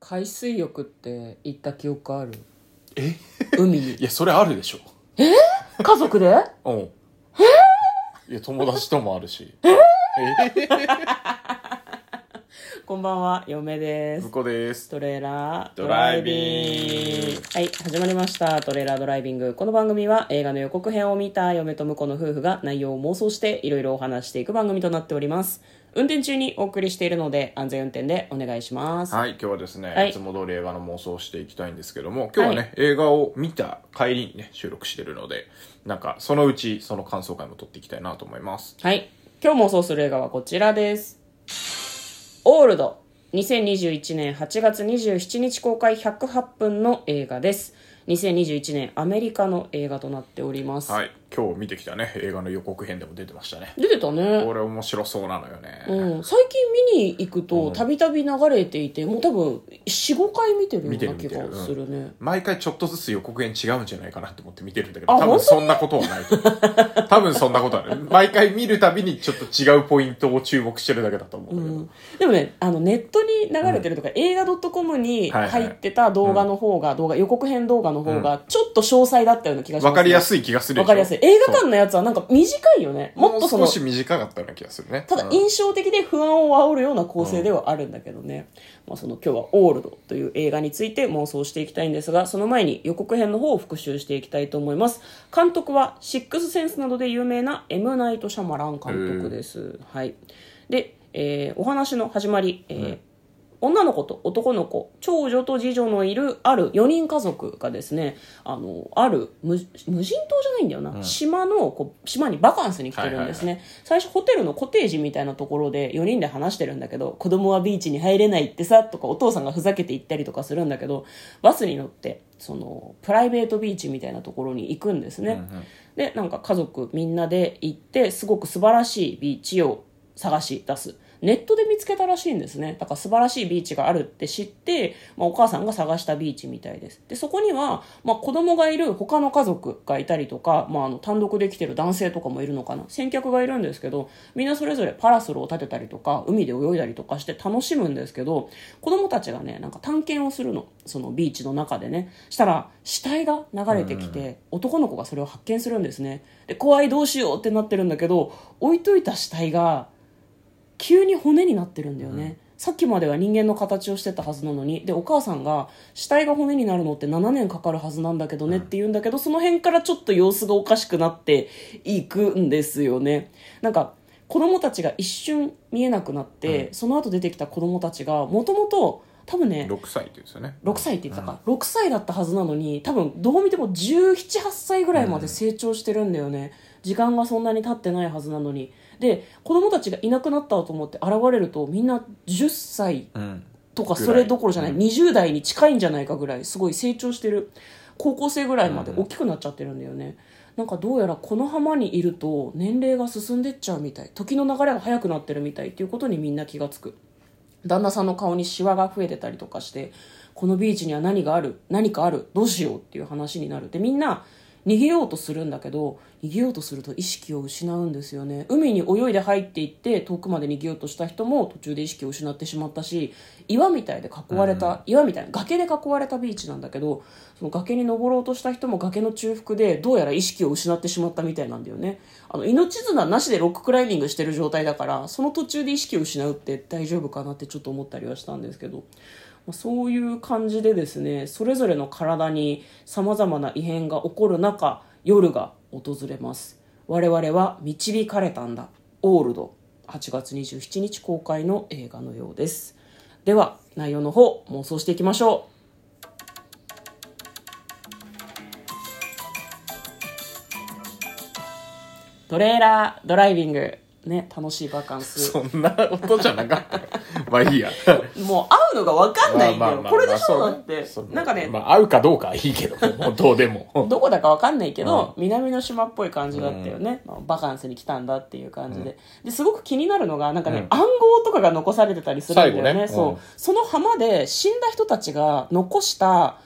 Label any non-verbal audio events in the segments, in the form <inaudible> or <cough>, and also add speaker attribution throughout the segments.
Speaker 1: 海水浴って行った記憶ある
Speaker 2: え
Speaker 1: 海に
Speaker 2: いやそれあるでしょ
Speaker 1: 家族で
Speaker 2: うんいや友達ともあるしえ
Speaker 1: <laughs> こんばんは嫁で
Speaker 2: 向
Speaker 1: す
Speaker 2: こうです
Speaker 1: トレーラー
Speaker 2: ドライビング
Speaker 1: はい始まりましたトレーラードライビングこの番組は映画の予告編を見た嫁と婿の夫婦が内容を妄想していろいろお話していく番組となっております運転中にお送りしているので安全運転でお願いします
Speaker 2: はい今日はですね、
Speaker 1: はい
Speaker 2: い、つも通り映画の妄想をしていきたいんですけども今日はね、映画を見た帰りにね収録してるのでなんかそのうちその感想会も撮っていきたいなと思います
Speaker 1: はい。今日妄想する映画はこちらです。オールド。2021年8月27日公開108分の映画です。2021年アメリカの映画となっております。
Speaker 2: はい今日見てきたね映画の予告編でも出てましたね
Speaker 1: 出てたね。
Speaker 2: これ面白そうなのよね、
Speaker 1: うん、最近見に行くとたびたび流れていてもう多分45回見てるよ
Speaker 2: 見て
Speaker 1: うな
Speaker 2: る
Speaker 1: 気
Speaker 2: 見て
Speaker 1: が
Speaker 2: る
Speaker 1: するね
Speaker 2: 毎回ちょっとずつ予告編違うんじゃないかなと思って見てるんだけ
Speaker 1: あ
Speaker 2: ど、
Speaker 1: 本
Speaker 2: 多分
Speaker 1: 当
Speaker 2: そんなことはないと思う。 <laughs> 多分そんなことはない。毎回見るたびにちょっと違うポイントを注目してるだけだと思うんだけ
Speaker 1: で
Speaker 2: ど。
Speaker 1: もねあのネットに流れてるとか、映画 .com に
Speaker 2: はいはい
Speaker 1: 入ってた動画の方が、動画予告編動画の方がちょっと詳細だったような気がします、ね、
Speaker 2: わ、かりやすい気がするでしょ
Speaker 1: わかりやすい。映画館のやつはなんか短いよね。
Speaker 2: そう
Speaker 1: もっとそ
Speaker 2: も
Speaker 1: の
Speaker 2: う、少し短かったような気がするね。
Speaker 1: ただ
Speaker 2: うん
Speaker 1: 印象的で不安を煽るような構成ではあるんだけどね。まあその今日はオールドという映画について妄想していきたいんですが、その前に予告編の方を復習していきたいと思います。監督はシックスセンスなどで有名な M. ナイト・シャマラン監督です。はい。で、えーお話の始まり、えー女の子と男の子長女と次女のいるある4人家族がですねあのある無無人島じゃないんだよな、島のこう島にバカンスに来てるんですね、最初ホテルのコテージみたいなところで4人で話してるんだけど子供はビーチに入れないってさとかお父さんがふざけて言ったりとかするんだけどバスに乗ってそのプライベートビーチみたいなところに行くんですね、でなんか家族みんなで行ってすごく素晴らしいビーチを探し出すネットで見つけたらしいんですねだから素晴らしいビーチがあるって知って、まあ、お母さんが探したビーチみたいですでそこには、まあ、子供がいる他の家族がいたりとか、まあ、あの単独で来てる男性とかもいるのかな先客がいるんですけどみんなそれぞれパラソルを立てたりとか海で泳いだりとかして楽しむんですけど子供たちがねなんか探検をするのそのビーチの中でねしたら死体が流れてきて、男の子がそれを発見するんですねで怖いどうしようってなってるんだけど置いといた死体が急に骨になってるんだよね、さっきまでは人間の形をしてたはずなのにでお母さんが死体が骨になるのって7年かかるはずなんだけどねって言うんだけど、その辺からちょっと様子がおかしくなっていくんですよねなんか子供たちが一瞬見えなくなって、その後出てきた子供たちがもともと多分ね
Speaker 2: 6歳って言うんですよね。
Speaker 1: 6歳って言ってたか、6歳だったはずなのに多分どう見ても178歳ぐらいまで成長してるんだよね、時間がそんなに経ってないはずなのにで子供たちがいなくなったと思って現れるとみんな10歳
Speaker 2: うん。
Speaker 1: とか
Speaker 2: ぐらい
Speaker 1: それどころじゃない、
Speaker 2: う
Speaker 1: 20代に近いんじゃないかぐらいすごい成長してる高校生ぐらいまで大きくなっちゃってるんだよね、なんかどうやらこの浜にいると年齢が進んでっちゃうみたい時の流れが早くなってるみたいっていうことにみんな気がつく旦那さんの顔にシワが増えてたりとかしてこのビーチには何がある何かあるどうしようっていう話になるでみんな逃げようとするんだけど逃げようとすると意識を失うんですよね海に泳いで入っていって遠くまで逃げようとした人も途中で意識を失ってしまったし岩みたいで囲われた、岩みたいな崖で囲われたビーチなんだけどその崖に登ろうとした人も崖の中腹でどうやら意識を失ってしまったみたいなんだよねあの命綱なしでロッククライミングしてる状態だからその途中で意識を失うって大丈夫かなってちょっと思ったりはしたんですけどまあそういう感じでですねそれぞれの体にさまざまな異変が起こる中夜が訪れます我々は導かれたんだオールド8月27日公開の映画のようですでは内容の方妄想していきましょうトレーラードライビングね楽しいバカンス
Speaker 2: そんな音じゃなかったよ。まあいいや。
Speaker 1: もう会うのが分かんないんだよ。これでしょ
Speaker 2: まあ
Speaker 1: だって
Speaker 2: そう。
Speaker 1: なんかね、
Speaker 2: まあ合うかどうかはいいけど、もうどうでも。
Speaker 1: どこだか分かんないけど、南の島っぽい感じだったよね、まあバカンスに来たんだっていう感じで,、ですごく気になるのがなんかね、
Speaker 2: うん
Speaker 1: 暗号とかが残されてたりするんだよね
Speaker 2: 最後ねうん
Speaker 1: そうその浜で死んだ人たちが残した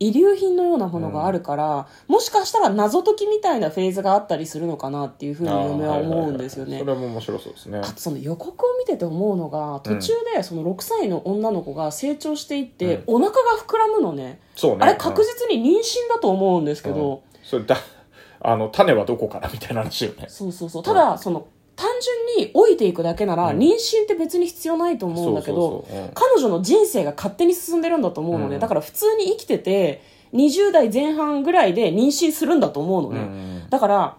Speaker 1: 遺留品のようなものがあるから、もしかしたら謎解きみたいなフェーズがあったりするのかなっていうふうに嫁は思うんですよ
Speaker 2: あ
Speaker 1: ね
Speaker 2: ーはいはいはいそ。れも面白そうですね。
Speaker 1: あとその予告を見てて思うのが途中でその6歳の女の子が成長していって、お腹が膨らむのね
Speaker 2: そうね。
Speaker 1: あれ確実に妊娠だと思うんですけど、
Speaker 2: うんそれだ、 <laughs> あの、種はどこからみたいな話よね。
Speaker 1: そうそうそうただその単純に老いていくだけなら、
Speaker 2: うん
Speaker 1: 妊娠って別に必要ないと思うんだけど
Speaker 2: そうそうそううん
Speaker 1: 彼女の人生が勝手に進んでるんだと思うのね、
Speaker 2: うん
Speaker 1: だから普通に生きてて20代前半ぐらいで妊娠するんだと思うのね、
Speaker 2: うん
Speaker 1: だから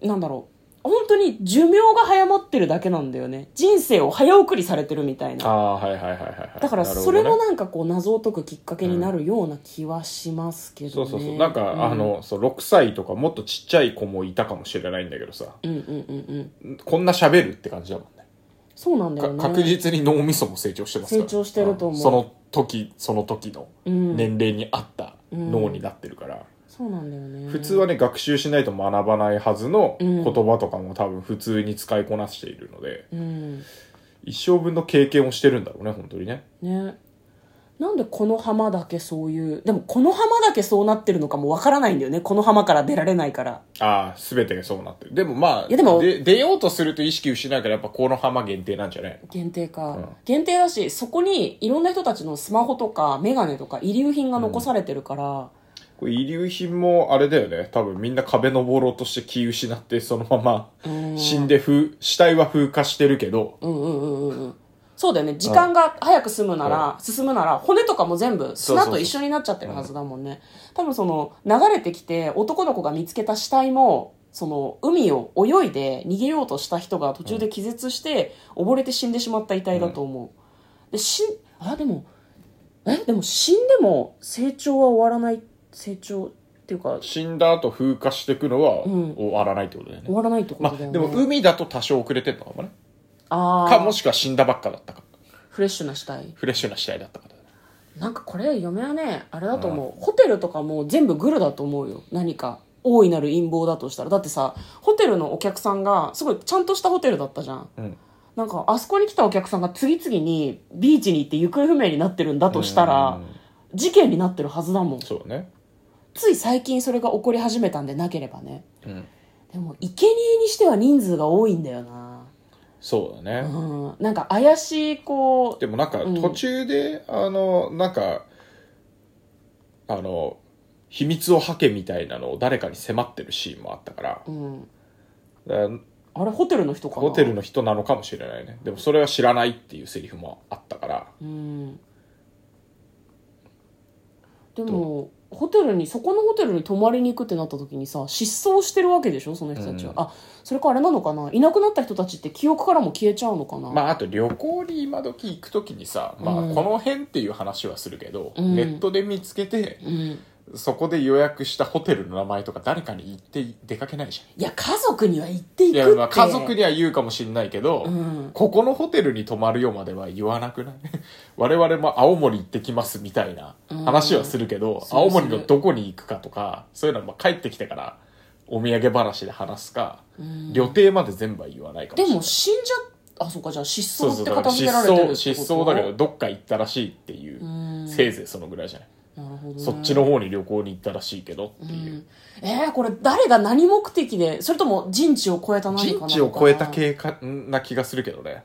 Speaker 1: なんだろう本当に寿命が早まってるだけなんだよね人生を早送りされてるみたい
Speaker 2: あ
Speaker 1: な
Speaker 2: あ、はいはいはいはいはい。
Speaker 1: だから
Speaker 2: なるほ
Speaker 1: そ
Speaker 2: どね
Speaker 1: れもなんかこう謎を解くきっかけになるような気はしますけ
Speaker 2: そ
Speaker 1: ど
Speaker 2: う
Speaker 1: ね
Speaker 2: そうそう。なんか、
Speaker 1: うん
Speaker 2: あの、そう、6歳とかもっとちっちゃい子もいたかもしれないんだけどさ、
Speaker 1: うんうんうんうん
Speaker 2: こんな喋るって感じだもんね。
Speaker 1: そうなんだよ
Speaker 2: か
Speaker 1: ね
Speaker 2: 確実に脳みそも成長してますか
Speaker 1: 成
Speaker 2: ら
Speaker 1: 長してると思うん
Speaker 2: その時、その時の
Speaker 1: うん
Speaker 2: 年齢に合った脳になってるから。
Speaker 1: そうなんだよね
Speaker 2: 普通はね、学習しないと学ばないはずの
Speaker 1: うん
Speaker 2: 言葉とかも多分普通に使いこなしているので、
Speaker 1: うん
Speaker 2: 一生分の経験をしてるんだろうね、本当にね。
Speaker 1: ねなんでこの浜だけそういうでもこの浜だけそうなってるのかもわからないんだよねこの浜から出られないから
Speaker 2: ああ、すべてがそうなってる。でもまあ、
Speaker 1: いやでも
Speaker 2: で出ようとすると意識失うからやっぱこの浜限定なんじゃない
Speaker 1: 限定か、
Speaker 2: うん
Speaker 1: 限定だしそこにいろんな人たちのスマホとかメガネとか遺留品が残されてるから、
Speaker 2: これ遺留品もあれだよね。多分みんな壁登ろうとして気失ってそのまま
Speaker 1: うん
Speaker 2: 死んで風、死体は風化してるけど、
Speaker 1: うん、うんうんうんうんそうだよね時間が早く進むなら、進むなら骨とかも全部
Speaker 2: そうそう
Speaker 1: 砂
Speaker 2: そう
Speaker 1: と一緒になっちゃってるはずだもんね多分その流れてきて男の子が見つけた死体もその海を泳いで逃げようとした人が途中で気絶して、溺れて死んでしまった遺体だと思う、で死んあでもえでも死んでも成長は終わらない成長っていうか
Speaker 2: 死んだ後風化していくのは
Speaker 1: うん
Speaker 2: 終わらないってことだよね。
Speaker 1: 終わらないってこ
Speaker 2: ま
Speaker 1: とだ
Speaker 2: あ、
Speaker 1: よ
Speaker 2: で
Speaker 1: ね、
Speaker 2: も海だと多少遅れてんのかもね。
Speaker 1: ああ
Speaker 2: か、もしくは死んだばっかだったか。
Speaker 1: フレッシュな死体
Speaker 2: フレッシュな死体だったから。
Speaker 1: なんかこれ嫁はねあれだと思う、ホテルとかも全部グルだと思うよ何か大いなる陰謀だとしたらだってさホテルのお客さんがすごいちゃんとしたホテルだったじゃん
Speaker 2: うん。
Speaker 1: なんかあそこに来たお客さんが次々にビーチに行って行方不明になってるんだとしたら
Speaker 2: うん
Speaker 1: 事件になってるはずだもん
Speaker 2: そうね。
Speaker 1: つい最近それが起こり始めたんでなければね
Speaker 2: うん。
Speaker 1: でも生贄にしては人数が多いんだよな
Speaker 2: そうだ
Speaker 1: う
Speaker 2: ね。
Speaker 1: んなんか怪しいこ
Speaker 2: でもなんか
Speaker 1: うん
Speaker 2: 途中で、あの、なんか、あの、秘密を吐けみたいなのを誰かに迫ってるシーンもあったから
Speaker 1: う、うん、
Speaker 2: だから
Speaker 1: あれホテルの人かな
Speaker 2: ホテルの人なのかもしれないね。でもそれは知らないっていうセリフもあったから、
Speaker 1: うんでもホテルにそこのホテルに泊まりに行くってなった時にさ失踪してるわけでしょその人たちは、
Speaker 2: うん
Speaker 1: あそれかあれなのかないなくなった人たちって記憶からも消えちゃうのかな、
Speaker 2: まああと旅行に今時行く時にさ、まあ
Speaker 1: うん
Speaker 2: この辺っていう話はするけど、
Speaker 1: うん
Speaker 2: ネットで見つけて、
Speaker 1: うん、い
Speaker 2: そこで予約したホテルの名前とか誰かに言って出かけないじ
Speaker 1: や家族には行ってい
Speaker 2: ゃん。
Speaker 1: くっ
Speaker 2: い
Speaker 1: て
Speaker 2: や、まあ家族には言うかもしれないけど、
Speaker 1: うん
Speaker 2: ここのホテルに泊まるよまでは言わなくない <laughs> 我々も青森行ってきますみたいな話はするけど、
Speaker 1: する
Speaker 2: 青森のどこに行くかとか、そういうのはまあ帰ってきてからお土産話で話すか、
Speaker 1: うん
Speaker 2: 旅程まで全部は言わないかもし
Speaker 1: で
Speaker 2: れない。
Speaker 1: も死んじゃあそうかじゃあ失
Speaker 2: そう
Speaker 1: 踪
Speaker 2: そう
Speaker 1: って
Speaker 2: だから
Speaker 1: 片付
Speaker 2: 失
Speaker 1: けられてるって
Speaker 2: 踪
Speaker 1: こと
Speaker 2: 失踪だけどどっか行ったらしいっていう、
Speaker 1: うん
Speaker 2: せいぜいそのぐらいじゃない、
Speaker 1: なるほど、ね、
Speaker 2: そっちの方に旅行に行ったらしいけどって
Speaker 1: う
Speaker 2: いう、
Speaker 1: んえー、これ誰が何目的でそれとも人知を超えた何かなのかな
Speaker 2: 人知を超えた系かな気がするけどね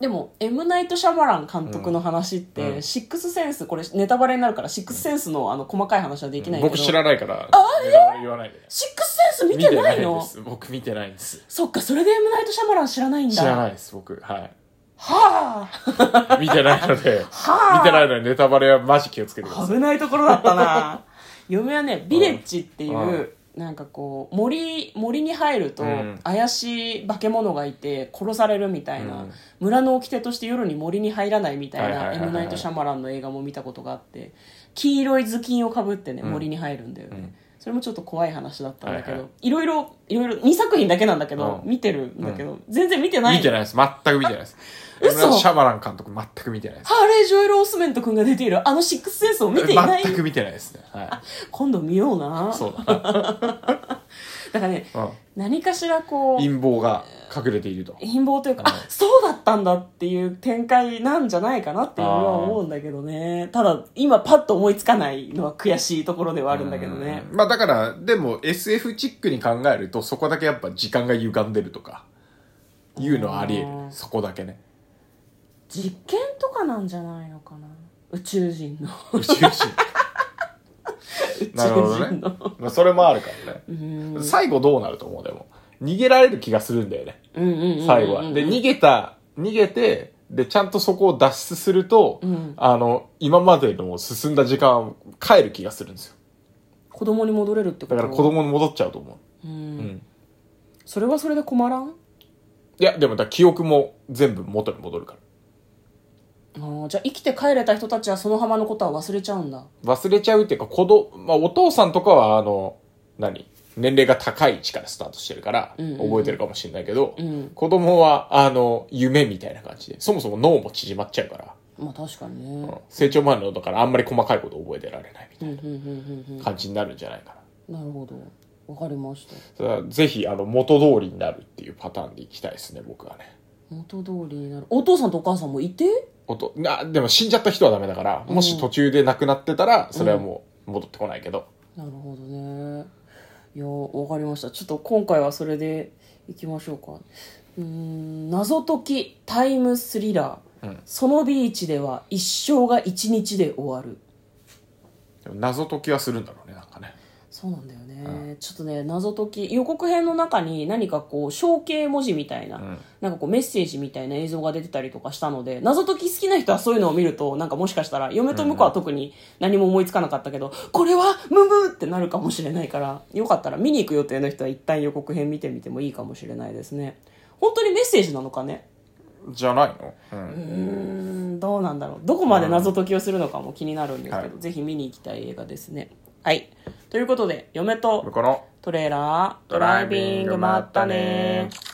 Speaker 1: でも、M ナイト・シャマラン監督の話って、
Speaker 2: うんうん
Speaker 1: シックスセンス、これネタバレになるから、シックスセンスのあの細かい話はできないけど、
Speaker 2: 僕知らないから値段は言わないで
Speaker 1: シックスセンス見てないの
Speaker 2: です僕見てないんです
Speaker 1: そっか、それで M ナイト・シャマラン知らないんだ。
Speaker 2: 知らないです僕はい
Speaker 1: はぁ、
Speaker 2: 見てないので
Speaker 1: <laughs> はぁ、
Speaker 2: 見てないのでネタバレはマジ気をつけてください
Speaker 1: 危ないところだったな <laughs> 嫁はねビレッジっていう、
Speaker 2: うん
Speaker 1: なんかこう森森に入ると
Speaker 2: うん
Speaker 1: 怪しい化け物がいて殺されるみたいな、
Speaker 2: うん
Speaker 1: 村の掟として夜に森に入らないみたい
Speaker 2: はい
Speaker 1: な
Speaker 2: はいはい
Speaker 1: 「
Speaker 2: はい
Speaker 1: M ナイト・シャマラン」の映画も見たことがあって黄色い頭巾をかぶってね
Speaker 2: ん
Speaker 1: 森に入るんだよね、
Speaker 2: うん
Speaker 1: それもちょっと怖い話だったんだけど、
Speaker 2: はいいは
Speaker 1: ろいろいろいろ2作品だけなんだけど、
Speaker 2: うん
Speaker 1: 見てるんだけど、全然見てない
Speaker 2: 見てないです全く見てないです
Speaker 1: 嘘
Speaker 2: シャマラン監督全く見てないです
Speaker 1: ハーレー・ジョエル・オスメント君が出ているあのシックスセンスを見ていない
Speaker 2: 全く見てないですねはい
Speaker 1: 今度見ような
Speaker 2: そうだな、
Speaker 1: だからね
Speaker 2: うん
Speaker 1: 何かしらこう
Speaker 2: 陰謀が隠れていると。
Speaker 1: 陰謀というか、
Speaker 2: はい
Speaker 1: あそうだったんだっていう展開なんじゃないかなっていうのは思うんだけどねただ今パッと思いつかないのは悔しいところではあるんだけどね
Speaker 2: うんまあだから、でも SF チックに考えると、そこだけやっぱ時間が歪んでるとか、いうのはあり得
Speaker 1: う
Speaker 2: る。
Speaker 1: ん
Speaker 2: そこだけね。
Speaker 1: 実験とかなんじゃないのかな宇宙人の
Speaker 2: 宇
Speaker 1: <laughs>
Speaker 2: 宙人。
Speaker 1: 宇宙
Speaker 2: なるほど
Speaker 1: 人の、
Speaker 2: ね。まあそれもあるからね。
Speaker 1: うん
Speaker 2: 最後どうなると思うでも。逃げられる気がするんだよね。
Speaker 1: うんうんうんうん
Speaker 2: 最後は。で、逃げた、逃げて、で、ちゃんとそこを脱出すると、
Speaker 1: うん
Speaker 2: あの、今までの進んだ時間、帰る気がするんですよ。
Speaker 1: 子供に戻れるってこ
Speaker 2: だ
Speaker 1: と
Speaker 2: から子供に戻っちゃうと思
Speaker 1: うん
Speaker 2: う。うん。
Speaker 1: それはそれで困らん
Speaker 2: いや、でもだから記憶も全部元に戻るから。
Speaker 1: あーじゃあ生きて帰れた人たちはその浜のことは忘れちゃうんだ
Speaker 2: 忘れちゃうっていうか、子ど、まあ、お父さんとかは、あの、何年齢が高い位置からスタートしてるから、
Speaker 1: うんうんうん
Speaker 2: 覚えてるかもしれないけど、
Speaker 1: うん
Speaker 2: 子供は、あの、夢みたいな感じで、そもそも脳も縮まっちゃうから、
Speaker 1: まあ確かにね
Speaker 2: 成長前の、だからあんまり細かいこと覚えてられないみた
Speaker 1: う
Speaker 2: い
Speaker 1: んうんうんうん
Speaker 2: な感じになるんじゃないかな。
Speaker 1: うんなるほどわかりました
Speaker 2: それはぜひ、あの、元通りになるっていうパターンでいきたいですね、僕はね。
Speaker 1: 元通りになるお父さんとお母さんもいて
Speaker 2: おとなでも死んじゃった人はダメだから、もし途中で亡くなってたら、それはもう戻ってこないけど。
Speaker 1: なるほどねいやわかりましたちょっと今回はそれでいきましょうかうーん謎解きタイムスリラー、
Speaker 2: うん
Speaker 1: そのビーチでは一生が一日で終わる
Speaker 2: でも謎解きはするんだろうね、なんかね。
Speaker 1: そうなんだよね、
Speaker 2: う
Speaker 1: ちょっとね謎解き予告編の中に何かこう象形文字みたいな、
Speaker 2: ん
Speaker 1: なんかこうメッセージみたいな映像が出てたりとかしたので謎解き好きな人はそういうのを見るとなんかもしかしたら嫁と婿は特に何も思いつかなかったけど、これはムムってなるかもしれないからよかったら見に行く予定の人は一旦予告編見てみてもいいかもしれないですね本当にメッセージなのかね
Speaker 2: じゃないのうん。
Speaker 1: うーんどうなんだろうどこまで謎解きをするのかも気になるんですけど、
Speaker 2: はい
Speaker 1: ぜひ見に行きたい映画ですねはいということで嫁と
Speaker 2: これから
Speaker 1: トレーラード
Speaker 2: ドライビング、まったねー。